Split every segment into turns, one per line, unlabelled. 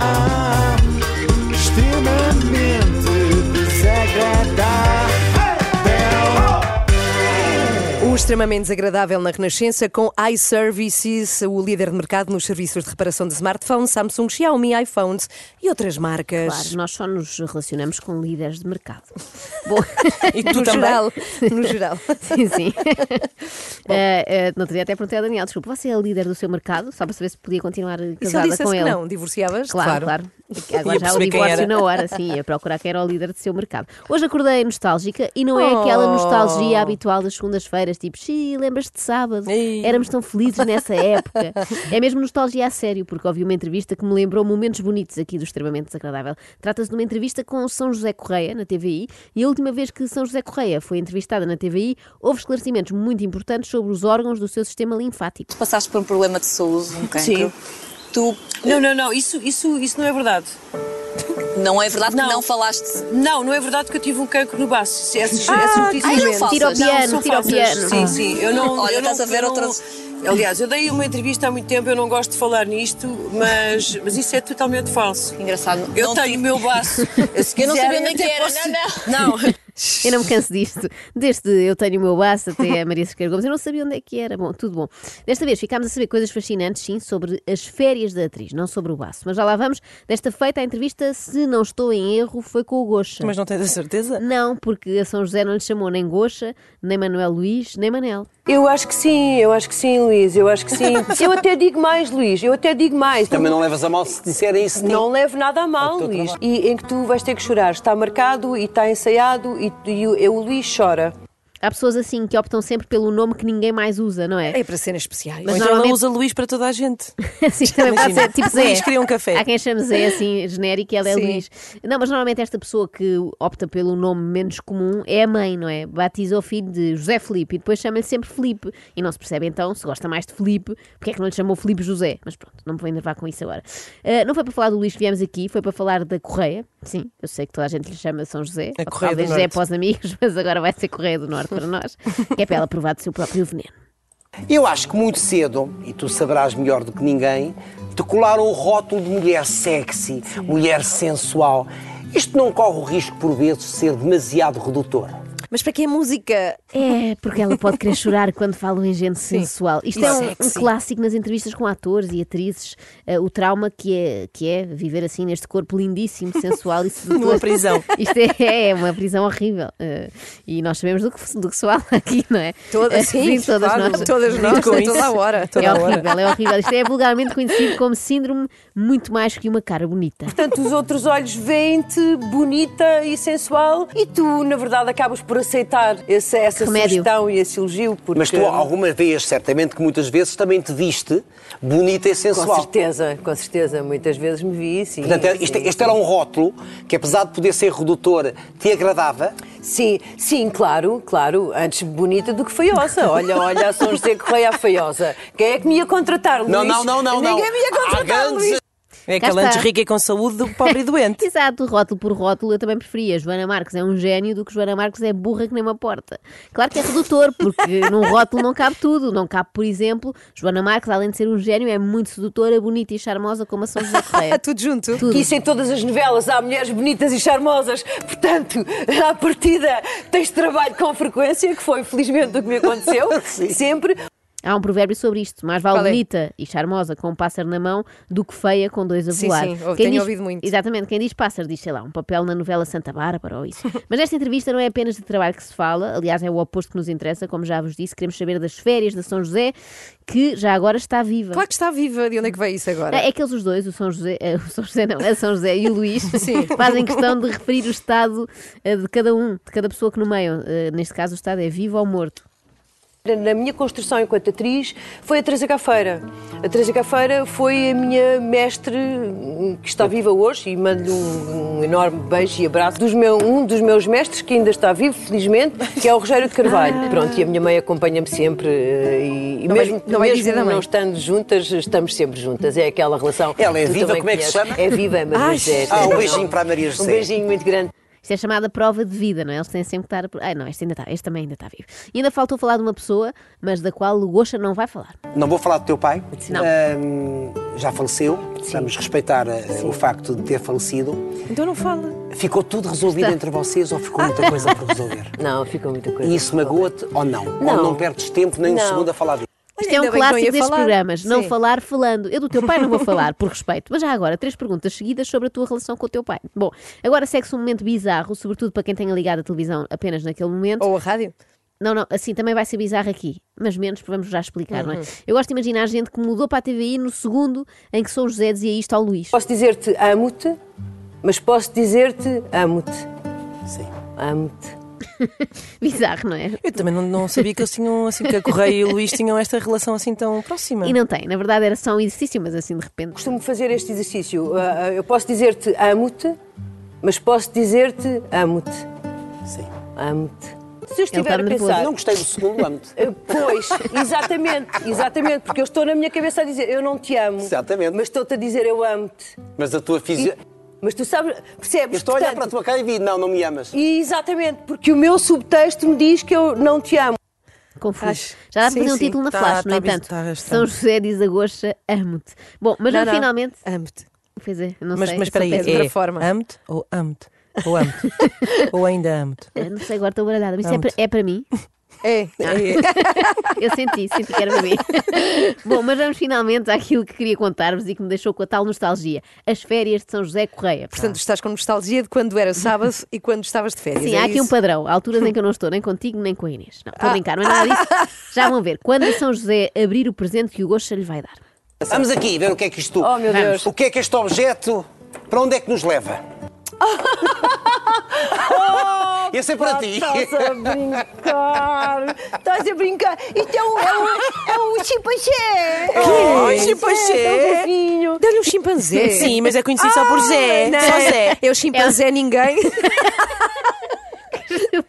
Ah, extremamente desagradável.
O Um extremamente desagradável na Renascença com iServices, o líder de mercado nos serviços de reparação de smartphones, Samsung, Xiaomi, iPhones e outras marcas.
Claro, nós só nos relacionamos com líderes de mercado. Bom,
E tu
no
também?
geral.
No geral.
Sim, sim. Eh, eh, no outro dia até perguntei ao Daniel, desculpa, você é líder do seu mercado? Só para saber se podia continuar
E se ele
casada
dissesse
com
que
ele.
não, divorciavas?
Claro, claro. Agora já o
perceber quem
divórcio
era.
na hora, sim, ia procurar quem era o líder do seu mercado. Hoje acordei nostálgica e não é
Oh.
aquela nostalgia habitual das segundas-feiras, tipo, xiii, lembras-te de sábado?
Ei.
Éramos tão felizes nessa época. É mesmo nostalgia a sério, porque ouvi uma entrevista que me lembrou momentos bonitos aqui do Extremamente Desagradável. Trata-se de uma entrevista com São José Correia, na TVI, e a última vez que São José Correia foi entrevistada na TVI, houve esclarecimentos muito importantes sobre os órgãos do seu sistema linfático.
passaste por um problema de saúde, um cancro.
Sim.
Tu
Não, não, não, isso, isso, isso não é verdade.
não é verdade
Não.
que não falaste.
Não, não é verdade que eu tive um cancro no baço. é, Essas,
Ah,
essas
ai,
notícias
não falsas.
Tira o
Não,
piano,
são
tira o
falsas.
piano.
um Sim, sim. Eu não,
Olha,
eu não,
estás a ver
eu não-
outras-
Aliás, eu dei uma entrevista há muito tempo, eu não gosto de falar nisto, mas, mas isso é totalmente falso.
Engraçado.
Eu
não
tenho o meu baço. Se
Eu não
quiserem,
sabia onde é que
até
era,
posso- Não,
Eu não me canso disto. Desde eu tenho o meu baço até a Maria Sequeira Gomes. Eu não sabia onde é que era. Bom, tudo bom. Desta vez ficámos a saber coisas fascinantes, sim, sobre as férias da atriz, não sobre o baço. Mas já lá vamos. Desta feita, a entrevista, se não estou em erro, foi com o Gocha.
Mas não tens a certeza?
Não, porque a São José não lhe chamou nem Gocha, nem Manuel Luís, nem Manel.
Eu acho que sim, eu acho que sim, Luís, eu acho que sim. Eu até digo mais, Luís, eu até digo mais.
Também Então, não levas a mal se disserem isso.
Não levo nada a mal,
Ao teu
Luís.
trabalho.
E em que tu vais ter que chorar. Está marcado e está ensaiado e, e o, e o Luís chora.
Há pessoas assim que optam sempre pelo nome que ninguém mais usa, não é?
É para cenas especiais.
Mas
Ou então
normalmente-
não usa Luís para toda a gente.
Sim, também pode ser. Tipo Zé.
Luís queria um café.
Há quem chame Zé assim, genérico, e ela é
Sim.
Luís. Não, mas normalmente esta pessoa que opta pelo nome menos comum é a mãe, não é? Batiza o filho de José Felipe e depois chama-lhe sempre Felipe. E não se percebe então se gosta mais de Felipe, porque é que não lhe chamou Felipe José. Mas pronto, não me vou enervar com isso agora. Ah, não foi para falar do Luís que viemos aqui, foi para falar da Correia. Sim, eu sei que toda a gente lhe chama São José.
A
Ou
Correia do
talvez José
Norte.
para os amigos, mas agora vai ser Correia do Norte para nós, que é para ela provar do seu próprio veneno.
Eu acho que muito cedo, e tu saberás melhor do que ninguém, te colaram o rótulo de mulher sexy, mulher sensual. Isto não corre o risco, por vezes, de ser demasiado redutor.
Mas para que é música?
É, porque ela pode querer chorar quando falam em gente sensual. Isto
E
é um,
sexy.
um clássico nas entrevistas com atores e atrizes. eh, o trauma que é, que é viver assim neste corpo lindíssimo, sensual e sedutor.
Numa prisão.
Isto é, é uma prisão horrível. eh, e nós sabemos do que, do que se fala aqui, não é? Eh,
Todas, sim,
todas
claro,
nós.
Todas nós,
com isso.
toda a hora.
É
Toda a hora.
horrível, é horrível. Isto é vulgarmente conhecido como síndrome muito mais que uma cara bonita.
Portanto, os outros olhos veem-te bonita e sensual e tu, na verdade, acabas por aceitar esse, essa
Remédio.
sugestão e esse elogio. Porque...
Mas tu, alguma vez, certamente que muitas vezes, também te viste bonita e
Com
sensual.
certeza, com certeza. Muitas vezes me vi, sim.
Portanto, é- isto-
sim.
este, era um rótulo que, apesar de poder ser redutor, te agradava.
Sim, sim, claro, claro. Antes bonita do que feiosa. Olha, olha, a São José Correia à feiosa. Quem é que me ia contratar, Luís?
Não, não, não, não. não.
Ninguém me ia
Há
contratar,
grandes-
Luís.
É
Cá
aquela
está.
antes rica e com saúde do que pobre e doente.
Exato, rótulo por rótulo, eu também preferia. Joana Marques é um gênio do que Joana Marques é burra que nem uma porta. Claro que é redutor, porque num rótulo não cabe tudo. Não cabe, por exemplo, Joana Marques, além de ser um gênio, é muito sedutora, bonita e charmosa como a São José Correia.
Tudo junto.
Que É isso em todas as novelas há mulheres bonitas e charmosas. Portanto, à partida tens trabalho com frequência, que foi felizmente o que me aconteceu. Sempre.
Há um provérbio sobre isto. Mais vale
Qual é?
bonita e charmosa com um pássaro na mão do que feia com dois a
Sim,
voar.
sim, eu tenho ouvido muito.
Exatamente, quem diz pássaro diz, sei lá, um papel na novela Santa Bárbara ou isso. Mas nesta entrevista não é apenas de trabalho que se fala, aliás é o oposto que nos interessa, como já vos disse, queremos saber das férias da São José, que já agora está viva.
Claro que está viva. De onde é que veio isso agora?
É é que eles os dois, o São José, eh, o São José não, a São José e o Luís, fazem questão de referir o estado eh, de cada um, de cada pessoa que nomeiam. Eh, Neste caso, o estado é vivo ou morto.
Na minha construção enquanto atriz foi a Teresa Cafeira. A Teresa Cafeira foi a minha mestre, hum, que está viva hoje, e mando-lhe um, um enorme beijo e abraço. Dos meu, um dos meus mestres, que ainda está vivo, felizmente, que é o Rogério de Carvalho. Pronto, e a minha mãe acompanha-me sempre, eh, e, e
Não vai-
mesmo,
não vai
mesmo
dizer da mãe.
não estando juntas, estamos sempre juntas. É aquela relação.
Ela é
que tu
viva?
também
Como é que se
conheces.
chama?
É viva, é Maria
Ai,
José.
Ah, um beijinho para a Maria José.
Um beijinho muito grande.
Isto é chamada prova de vida, não é? Eles têm sempre que estar. a- Ah, não, este, ainda está, este também ainda está vivo. E ainda faltou falar de uma pessoa, mas da qual o Gosha não vai falar.
Não vou falar do teu pai.
Não.
Ahm, já faleceu. Vamos respeitar eh, o facto de ter falecido.
Então não fala.
Ficou tudo resolvido entre vocês ou ficou muita coisa por resolver?
Não, ficou muita coisa.
E isso magoa-te ou não? Ou
Não.
não perdes tempo nem um
Não.
segundo a falar disso?
Isto é
Ainda
um
bem que não
clássico
ia
destes
falar.
programas. Não
Sim.
falar falando. Eu do teu pai não vou falar, por respeito. Mas já agora, três perguntas seguidas sobre a tua relação com o teu pai. Bom, agora segue-se um momento bizarro, sobretudo para quem tenha ligado a televisão apenas naquele momento.
Ou a rádio?
Não, não, assim também vai ser bizarro aqui, mas menos, porque vamos já explicar,
Uhum.
não é? Eu gosto de imaginar gente que mudou para a TVI no segundo em que São José dizia isto ao Luís.
Posso dizer-te amo-te, mas posso dizer-te amo-te,
Sim.
amo-te.
Bizarro, não é?
Eu também não, não sabia que eles tinham, assim, que a Correia e o Luís tinham esta relação assim tão próxima.
E não tem, na verdade era só um exercício, mas assim de repente.
Costumo fazer este exercício. ah, ah, Eu posso dizer-te amo-te, mas posso dizer-te amo-te,
Sim.
amo-te. Se eu
está
estiver a
nervoso.
pensar...
Não gostei do segundo âmbito.
Eh, Pois, exatamente, exatamente, porque eu estou na minha cabeça a dizer eu não te amo,
Exatamente.
mas estou-te a dizer eu amo-te.
Mas a tua física.
Mas tu sabes,
Eu
percebes?
estou a olhar para a
Portanto,
tua cara e vi, não, não me amas.
e Exatamente, porque o meu subtexto me diz que eu não te amo.
Confuso.
Acho-
Já dá para
sim,
fazer um
sim,
título na
tá-
flash,
tá
no
bis-
entanto.
tá bastante.
São José diz a Goxa, amo-te. Bom, mas
Não,
eu
não.
finalmente.
Amo-te.
Pois é, não
mas
sei.
mas
sou
espera aí,
péssima.
outra
é
forma.
amo-te ou amo-te? Ou amo-te? ou ainda amo-te?
Eu Não sei, agora estou baralhada, mas isso é para,
Pronto.
é para mim.
É.
Eu senti, senti que era para mim. Bom, mas vamos finalmente àquilo que queria contar-vos e que me deixou com a tal nostalgia: as férias de São José Correia.
Tá.
Portanto, estás com nostalgia de quando era sábado e quando estavas de férias.
Sim,
é
há aqui um
isso?
padrão. Há alturas em que eu não estou nem contigo nem com a Inês. Não, estou a brincar, não é nada disso. Já vão ver. Quando a São José abrir o presente que o Gosta lhe vai dar.
Vamos aqui ver o que é que isto.
Oh, meu Deus.
O que é que este objeto. Para onde é que nos leva? Esse é
Oh,
para ti.
Estás a brincar, estás a brincar. Isto é um, é um, é um chimpanzé.
Oh,
É tão
chimpanzé!
fofinho.
Dá-lhe um chimpanzé.
Sim, mas é conhecido só por Zé.
Ah, Não,
Só Zé.
Eu chimpanzé ninguém.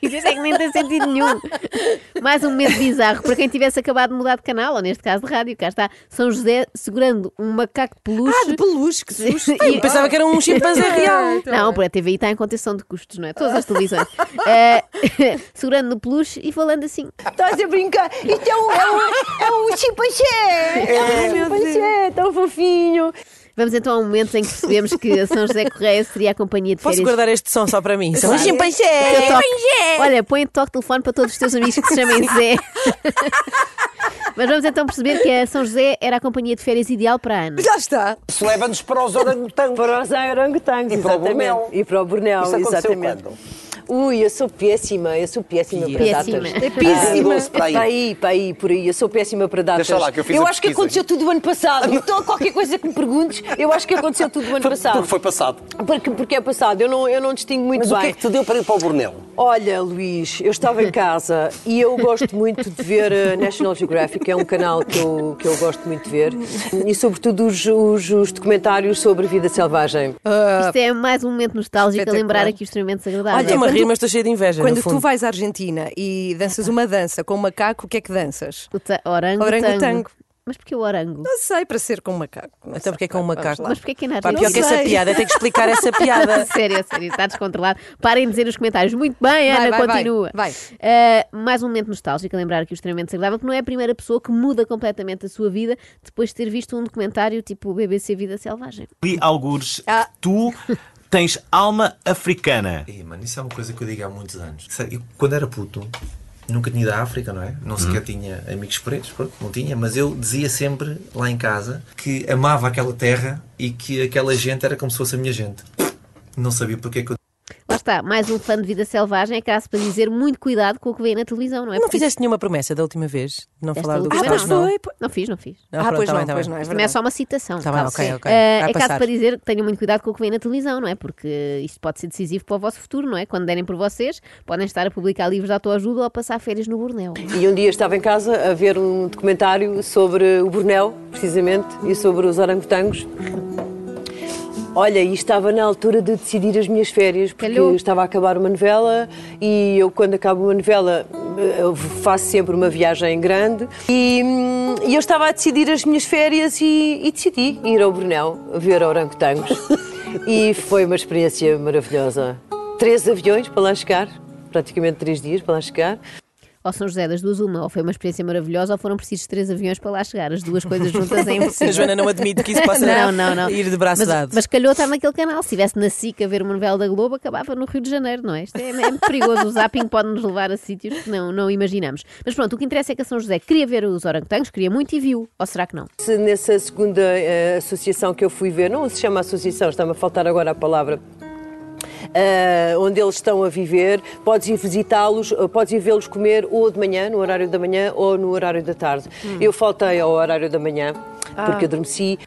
Isso é que nem tem sentido nenhum. Mais um momento bizarro para quem tivesse acabado de mudar de canal, ou neste caso de rádio. Cá está São José segurando um macaco de peluche.
Ah, de peluche, que susto.
Eu pensava que era um
É.
chimpanzé real.
Não, por a TVI está em contenção de custos, não é? Todas as televisões. Eh, segurando no peluche e falando assim.
Estás a brincar. Isto é um, é um, é um chimpanzé. É um chimpanzé, tão fofinho.
Vamos então a um momento em que percebemos que a São José Correia seria a companhia de
Posso
férias.
guardar este som só para mim? Só
Claro.
um
Eu
chimpanzé!
toco. Olha, põe toque de telefone para todos os teus amigos que se chamem Zé. Mas vamos então perceber que a São José era a companhia de férias ideal para a Ana.
Já está.
Isso leva-nos para os orangotangos.
Para os orangotangos,
E para o
exatamente.
Brunel.
E para o Brunel,
Isso aconteceu
exatamente.
quando?
Ui, eu sou péssima, eu sou péssima para
Péssima.
datas.
É
péssima.
Ah, Para aí, para aí, por aí. Eu sou péssima para datas.
Deixa lá que eu fiz a
acho que
pesquisa.
aconteceu tudo o ano passado. Então, qualquer coisa que me perguntes, eu acho que aconteceu tudo o ano passado.
Porque foi passado.
Porque, porque é passado, eu não, eu não distingo muito
Mas
bem.
o que é que te deu para ir para o Bornel?
Olha, Luís, eu estava em casa e eu gosto muito de ver eh, National Geographic, é um canal que eu, que eu gosto muito de ver, e sobretudo os, os- os documentários sobre a vida selvagem.
Isto é mais um momento nostálgico a
Espetacular.
lembrar aqui os instrumentos agradáveis.
Estou-me a rir, mas estou cheia de inveja. no
Quando tu
fundo.
vais à Argentina e danças uma dança com um macaco, o que é que danças?
O ta- orango,
Orangotango.
tango. Mas porquê o orango?
Não sei, para ser com um macaco. Não sei.
Então porque é que é um
Vamos
macaco?
lá.
Mas porquê que é na
Pá,
Argentina?
pior que essa
sei.
piada, tem que explicar essa piada.
Sério, sério, está descontrolado. Parem de dizer nos comentários. Muito bem,
Vai,
Ana,
vai, vai.
continua.
Vai.
Uh, mais um momento nostálgico a lembrar aqui o extremamente desagradável, porque não é a primeira pessoa que muda completamente a sua vida depois de ter visto um documentário tipo o BBC Vida Selvagem.
li algures
Ah.
que tu tens alma africana.
Ei, mano, isso é uma coisa que eu digo há muitos anos. Sério, Eu, quando era puto, nunca tinha ido à África, não é? Não sequer tinha amigos pretos, pronto, não tinha, mas eu dizia sempre lá em casa que amava aquela terra e que aquela gente era como se fosse a minha gente. Não sabia porque é que eu
Lá está, mais um fã de Vida Selvagem, é caso para dizer muito cuidado com o que vê na televisão, não é?
Não
Porque
fizeste nenhuma promessa da última vez? De não
Desta
falar do que
última
estás,
não.
não?
Foi, po-
Não fiz, não fiz.
Ah,
pronto,
pois
tá
não,
bem, tá
pois
bem.
não, é
Isto também é
verdade.
só uma citação.
Tá bem,
calma.
ok, ok.
Eh,
Vai
é caso
passar.
para dizer que tenham muito cuidado com o que vem na televisão, não é? Porque isto pode ser decisivo para o vosso futuro, não é? Quando derem por vocês, podem estar a publicar livros de autoajuda ou a passar férias no Borneo.
E um dia estava em casa a ver um documentário sobre o Brunel, precisamente, e sobre os orangotangos. Olha, e estava na altura de decidir as minhas férias, porque
Calhou.
estava a acabar uma novela e eu, quando acabo uma novela, eu faço sempre uma viagem grande. E, hum, e eu estava a decidir as minhas férias e, e decidi ir ao Brunel ver orangotangos. e foi uma experiência maravilhosa. três aviões para lá chegar, praticamente três dias para lá chegar.
Ou São José das duas, uma, ou foi uma experiência maravilhosa, ou foram precisos três aviões para lá chegar. As duas coisas juntas é
A
impossível.
Joana não admite que isso possa
Não, não, não.
ir de braço
mas,
dado.
Mas calhou estar naquele canal. Se estivesse na SIC a ver uma novela da Globo, acabava no Rio de Janeiro, não é? Isto é, é muito perigoso. O zapping pode nos levar a sítios que não, não imaginamos. Mas pronto, o que interessa é que a São José queria ver os orangotangos, queria muito e viu. Ou será que não?
Se nessa segunda eh, associação que eu fui ver, não se chama associação, está-me a faltar agora a palavra. eh, onde eles estão a viver, podes ir visitá-los, eh, podes ir vê-los comer ou de manhã, no horário da manhã, ou no horário da tarde. Eu faltei ao horário da manhã, porque adormeci,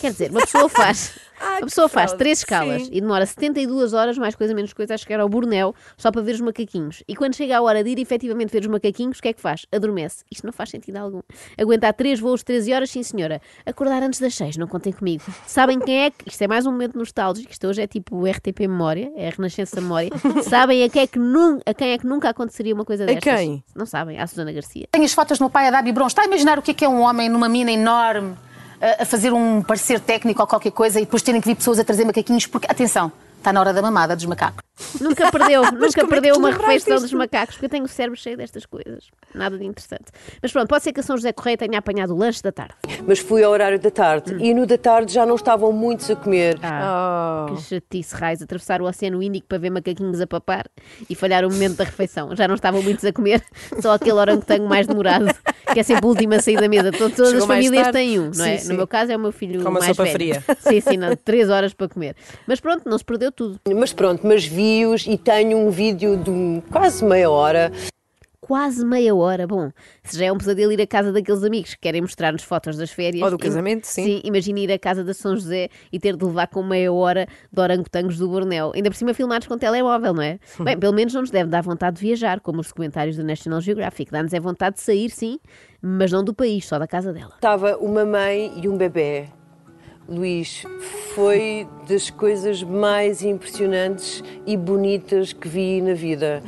Quer dizer, uma pessoa faz.
Ai,
uma pessoa
que
faz
fraude.
três escalas
Sim.
e demora 72 horas, mais coisa menos coisa, a chegar ao Bornel só para ver os macaquinhos. E quando chega a hora de ir efetivamente ver os macaquinhos, o que é que faz? Adormece. Isto não faz sentido algum. Aguentar três voos, 13 horas, sim senhora. Acordar antes das seis, não contem comigo. Sabem quem é que. Isto é mais um momento nostálgico. Isto hoje é tipo o RTP Memória, é a Renascença Memória. Sabem a quem é que, nun... a quem é que nunca aconteceria uma coisa destas?
quem?
Não sabem, à Susana Garcia.
Tenho as fotos do meu pai a dar biberon. Está a imaginar o que é que é um homem numa mina enorme a, a fazer um parecer técnico ou qualquer coisa e depois terem que vir pessoas a trazer macaquinhos? Porque, atenção, tá está na hora da mamada dos macacos.
Nunca perdeu, nunca
como é que
perdeu
te
uma
lembraste
refeição
disto?
dos macacos, porque eu tenho o cérebro cheio destas coisas. Nada de interessante. Mas pronto, pode ser que a São José Correia tenha apanhado o lanche da tarde.
mas fui ao horário da tarde. E no da tarde já não estavam muitos a comer.
Oh.
Ah, Que chatice, raios, atravessar o Oceano Índico para ver macaquinhos a papar e falhar o momento da refeição. Já não estavam muitos a comer, só aquele orangotango mais demorado, que é sempre o último a sair da mesa. Todas, todas as
Chegou mais
famílias
tarde.
têm um, não é?
Sim,
No
sim.
meu caso é o meu filho
Come a
mais
sopa
velho.
fria.
Sim, sim, não, três horas para comer. Mas pronto, não se perdeu tudo.
Mas pronto, mas vi-os e tenho um vídeo de um- quase meia hora
quase meia hora. Bom, se já é um pesadelo ir à casa daqueles amigos que querem mostrar-nos fotos das férias.
Ou do
im-
casamento, sim.
Sim, imagina ir à casa da São José e ter de levar com meia hora de orangotangos do Borneo. Ainda por cima filmados com telemóvel, não é? Bem, pelo menos não nos deve dar vontade de viajar, como os documentários do National Geographic. Dá-nos é vontade de sair, sim, mas não do país, só da casa dela.
Estava uma mãe e um bebê. Luís, foi das coisas mais impressionantes e bonitas que vi na vida.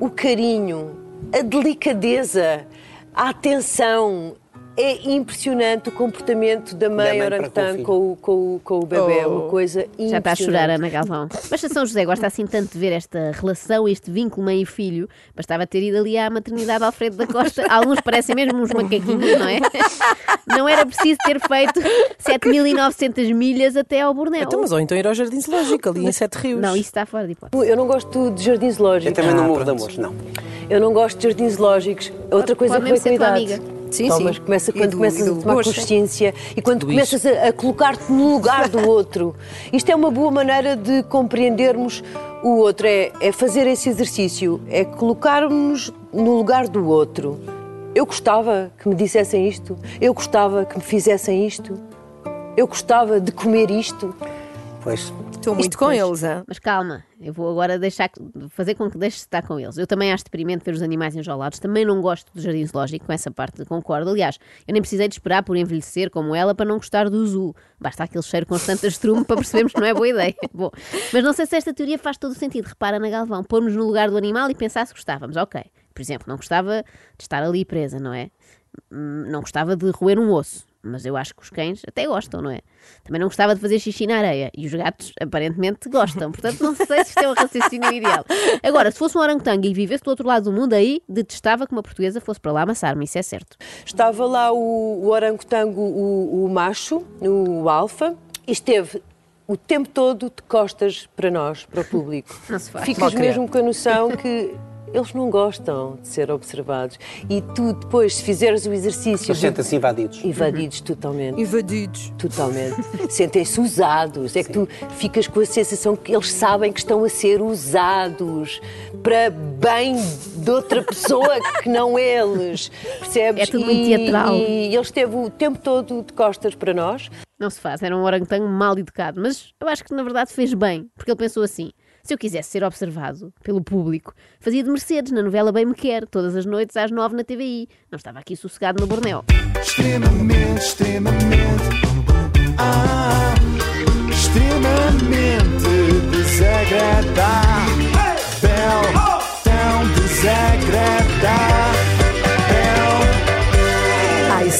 O carinho, a delicadeza, a atenção. É impressionante o comportamento da mãe,
mãe para com o
orangotango
filho.
com, o- com, o- com o bebê. É
Oh.
Uma coisa impressionante.
Já está a chorar, Ana Galvão. Mas se a São José gosta assim tanto de ver esta relação, este vínculo mãe e filho, bastava ter ido ali à maternidade Alfredo da Costa. Alguns parecem mesmo uns macaquinhos, não é? Não era preciso ter feito 7.900 milhas até ao Borneo.
Então, mas ou então ir ao Jardim Zoológico, ali em Sete Rios.
Não, isso está fora de hipótese.
Eu não gosto de jardins
Eu
lógicos.
também
Ah,
não morro de amores, não.
Eu não gosto de jardins lógicos. Outra coisa
mesmo
que foi
ser
com
tua
a idade.
amiga.
Sim,
Tomas,
sim.
Começa,
E
quando
do-
começas
e
a
do
tomar
gosto.
consciência e quando
tudo isso.
começas a, a colocar-te no lugar do outro. Isto é uma boa maneira de compreendermos o outro, é, é fazer esse exercício, é colocarmos no lugar do outro. Eu gostava que me dissessem isto, eu gostava que me fizessem isto, eu gostava de comer isto.
Pois,
Estou muito com eles, hã?
Mas calma, eu vou agora deixar, fazer com que deixe de estar com eles. Eu também acho deprimente ver os animais enjaulados, também não gosto do jardim zoológico, com essa parte concordo. Aliás, eu nem precisei de esperar por envelhecer como ela para não gostar do zoo. Basta aquele cheiro constante a estrume para percebermos que não é boa ideia. Bom, mas não sei se esta teoria faz todo o sentido. Repara na Galvão, pôr-nos no lugar do animal e pensar se gostávamos. Ok, por exemplo, não gostava de estar ali presa, não é? Hum, Não gostava de roer um osso. Mas eu acho que os cães até gostam, não é? Também não gostava de fazer xixi na areia. E os gatos, aparentemente, gostam. Portanto, não sei se isto é um raciocínio ideal. Agora, se fosse um orangotango e vivesse do outro lado do mundo, aí detestava que uma portuguesa fosse para lá amassar-me. Isso é certo.
Estava lá o, o orangotango, o, o macho, o alfa, e esteve o tempo todo de costas para nós, para o público.
Não se faz.
Ficas mesmo com a noção que eles não gostam de ser observados. E tu, depois, se fizeres o exercício.
eles
de-
sentem-se assim invadidos.
Invadidos totalmente.
Invadidos.
Totalmente. Sentem-se usados. É que tu ficas com a sensação que eles sabem que estão a ser usados para bem de outra pessoa que não eles. Percebes?
É tudo muito teatral.
E ele esteve o tempo todo de costas para nós.
Não se faz. Era um orangotango mal educado. Mas eu acho que, na verdade, fez bem. Porque ele pensou assim. Se eu quisesse ser observado pelo público, fazia de Mercedes na novela Bem Me Quer, todas as noites às nove na TVI. Não estava aqui sossegado no Borneo.
extremamente, extremamente, ah, extremamente desagradável, tão desagradável.